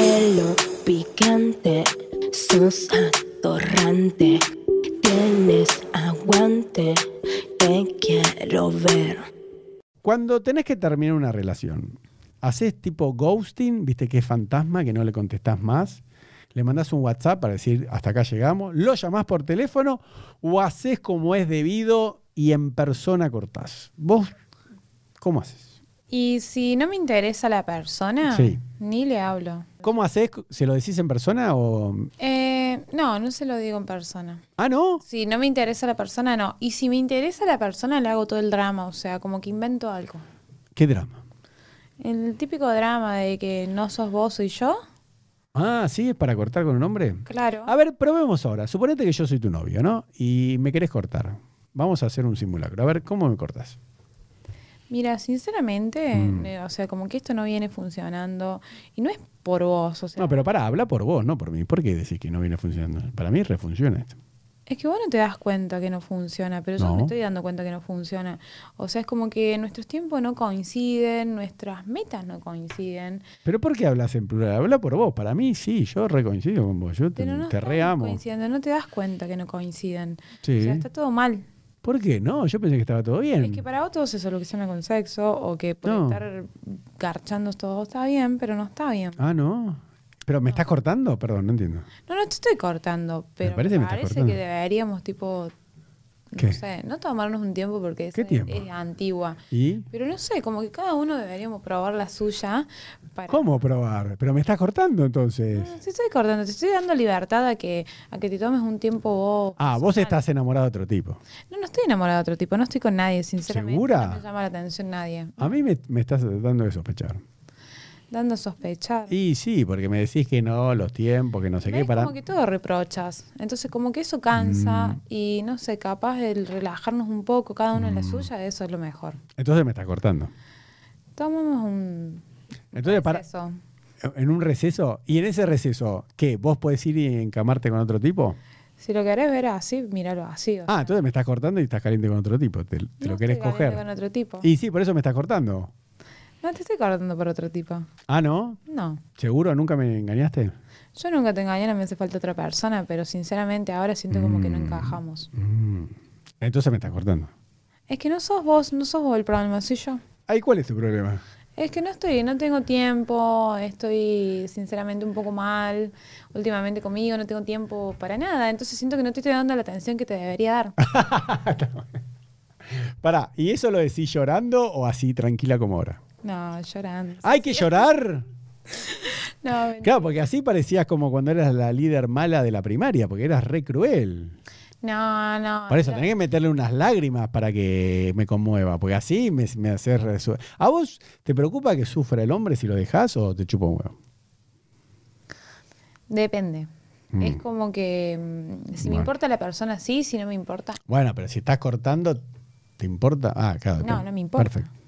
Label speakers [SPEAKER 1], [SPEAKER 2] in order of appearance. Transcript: [SPEAKER 1] pelo picante, sos atorrante, tienes aguante, te quiero ver.
[SPEAKER 2] Cuando tenés que terminar una relación, haces tipo ghosting, viste que es fantasma, que no le contestás más, le mandás un WhatsApp para decir hasta acá llegamos, lo llamás por teléfono o haces como es debido y en persona cortás. ¿Vos cómo haces?
[SPEAKER 3] Y si no me interesa la persona,
[SPEAKER 2] Sí.
[SPEAKER 3] ni le hablo.
[SPEAKER 2] ¿Cómo haces? ¿Se lo decís en persona o.?
[SPEAKER 3] Eh, no, no se lo digo en persona.
[SPEAKER 2] Ah, no.
[SPEAKER 3] Si no me interesa la persona, no. Y si me interesa la persona, le hago todo el drama, o sea, como que invento algo.
[SPEAKER 2] ¿Qué drama?
[SPEAKER 3] El típico drama de que no sos vos, soy yo. Ah,
[SPEAKER 2] Ah, sí, es para cortar con un hombre.
[SPEAKER 3] Claro.
[SPEAKER 2] A ver, probemos ahora. Suponete que yo soy tu novio, ¿no? Y me querés cortar. Vamos a hacer un simulacro. A ver, ¿cómo me cortas?
[SPEAKER 3] Mira, sinceramente,
[SPEAKER 2] Mm.
[SPEAKER 3] eh, o sea, como que esto no viene funcionando. Y no es por vos, o sea.
[SPEAKER 2] No, pero para, habla por vos, no por mí. ¿Por qué decís que no viene funcionando? Para mí refunciona esto.
[SPEAKER 3] Es que vos no te das cuenta que no funciona, pero yo
[SPEAKER 2] No.
[SPEAKER 3] me estoy dando cuenta que no funciona. O sea, es como que nuestros tiempos no coinciden, nuestras metas no coinciden.
[SPEAKER 2] ¿Pero por qué hablas en plural? Habla por vos. Para mí sí, yo recoincido con vos. Yo te,
[SPEAKER 3] Pero no
[SPEAKER 2] te
[SPEAKER 3] están
[SPEAKER 2] reamo.
[SPEAKER 3] coincidiendo, no te das cuenta que no coinciden.
[SPEAKER 2] Sí.
[SPEAKER 3] O sea, está todo mal.
[SPEAKER 2] ¿Por qué? No, yo pensé que estaba todo bien.
[SPEAKER 3] Es que para vos todo se soluciona con sexo o que por
[SPEAKER 2] No.
[SPEAKER 3] estar garchando todo está bien, pero no está bien.
[SPEAKER 2] Ah, no. ¿Pero me estás cortando? Perdón, no entiendo.
[SPEAKER 3] No, no te estoy cortando, pero me
[SPEAKER 2] parece que
[SPEAKER 3] parece,
[SPEAKER 2] me estás cortando.
[SPEAKER 3] que deberíamos, tipo, no
[SPEAKER 2] ¿Qué?
[SPEAKER 3] sé, no tomarnos un tiempo porque es,
[SPEAKER 2] ¿Qué tiempo?
[SPEAKER 3] es antigua.
[SPEAKER 2] ¿Y?
[SPEAKER 3] Pero no sé, como que cada uno deberíamos probar la suya. Para...
[SPEAKER 2] ¿Cómo probar? Pero me estás cortando entonces.
[SPEAKER 3] No, te estoy cortando, te estoy dando libertad a que, a que te tomes un tiempo vos.
[SPEAKER 2] Ah, vos estás enamorado de otro tipo.
[SPEAKER 3] No, no estoy enamorada de otro tipo, no estoy con nadie, sinceramente.
[SPEAKER 2] ¿Segura?
[SPEAKER 3] No me llama la atención nadie.
[SPEAKER 2] A mí me, me estás dando de sospechar.
[SPEAKER 3] Dando a sospechar.
[SPEAKER 2] Y sí, porque me decís que no, los tiempos, que no sé qué,
[SPEAKER 3] ¿Ves?
[SPEAKER 2] para...
[SPEAKER 3] Como que todo reprochas. Entonces, como que eso cansa
[SPEAKER 2] Mm.
[SPEAKER 3] y no sé, capaz el relajarnos un poco, cada uno en
[SPEAKER 2] Mm.
[SPEAKER 3] la suya, eso es lo mejor.
[SPEAKER 2] Entonces me estás cortando.
[SPEAKER 3] Tomamos un.
[SPEAKER 2] Entonces, para,
[SPEAKER 3] receso.
[SPEAKER 2] en un receso, y en ese receso, ¿qué? ¿Vos podés ir y encamarte con otro tipo?
[SPEAKER 3] Si lo querés ver así, míralo así. o sea,
[SPEAKER 2] Ah, entonces me estás cortando y estás caliente con otro tipo. Te, te
[SPEAKER 3] no
[SPEAKER 2] lo querés
[SPEAKER 3] estoy caliente
[SPEAKER 2] coger.
[SPEAKER 3] con otro tipo.
[SPEAKER 2] Y sí, por eso me estás cortando.
[SPEAKER 3] No te estoy cortando por otro tipo.
[SPEAKER 2] Ah, ¿no?
[SPEAKER 3] No.
[SPEAKER 2] ¿Seguro? ¿Nunca me engañaste?
[SPEAKER 3] Yo nunca te engañé, no me hace falta otra persona, pero sinceramente ahora siento como que no encajamos.
[SPEAKER 2] Mm. Entonces me estás cortando.
[SPEAKER 3] Es que no sos vos, no sos vos el problema, soy yo.
[SPEAKER 2] Ay, ¿cuál es tu problema?
[SPEAKER 3] Es que no estoy, no tengo tiempo, estoy sinceramente un poco mal últimamente conmigo, no tengo tiempo para nada, entonces siento que no te estoy dando la atención que te debería dar.
[SPEAKER 2] Pará, ¿y eso lo decís llorando o así tranquila como ahora?
[SPEAKER 3] No, llorando.
[SPEAKER 2] ¿Hay que llorar?
[SPEAKER 3] No, ven-
[SPEAKER 2] Claro, porque así parecías como cuando eras la líder mala de la primaria, porque eras re cruel.
[SPEAKER 3] no, no.
[SPEAKER 2] Por eso
[SPEAKER 3] no.
[SPEAKER 2] tenés que meterle unas lágrimas para que me conmueva, porque así me, me haces resu- ¿A vos te preocupa que sufra el hombre si lo dejas o te chupa un huevo?
[SPEAKER 3] Depende.
[SPEAKER 2] Mm.
[SPEAKER 3] Es como que mm, si me
[SPEAKER 2] Bueno.
[SPEAKER 3] importa la persona, sí, si no me importa,
[SPEAKER 2] Bueno, pero si estás cortando, ¿te importa? Ah, claro.
[SPEAKER 3] No,
[SPEAKER 2] te-
[SPEAKER 3] no me importa.
[SPEAKER 2] Perfecto.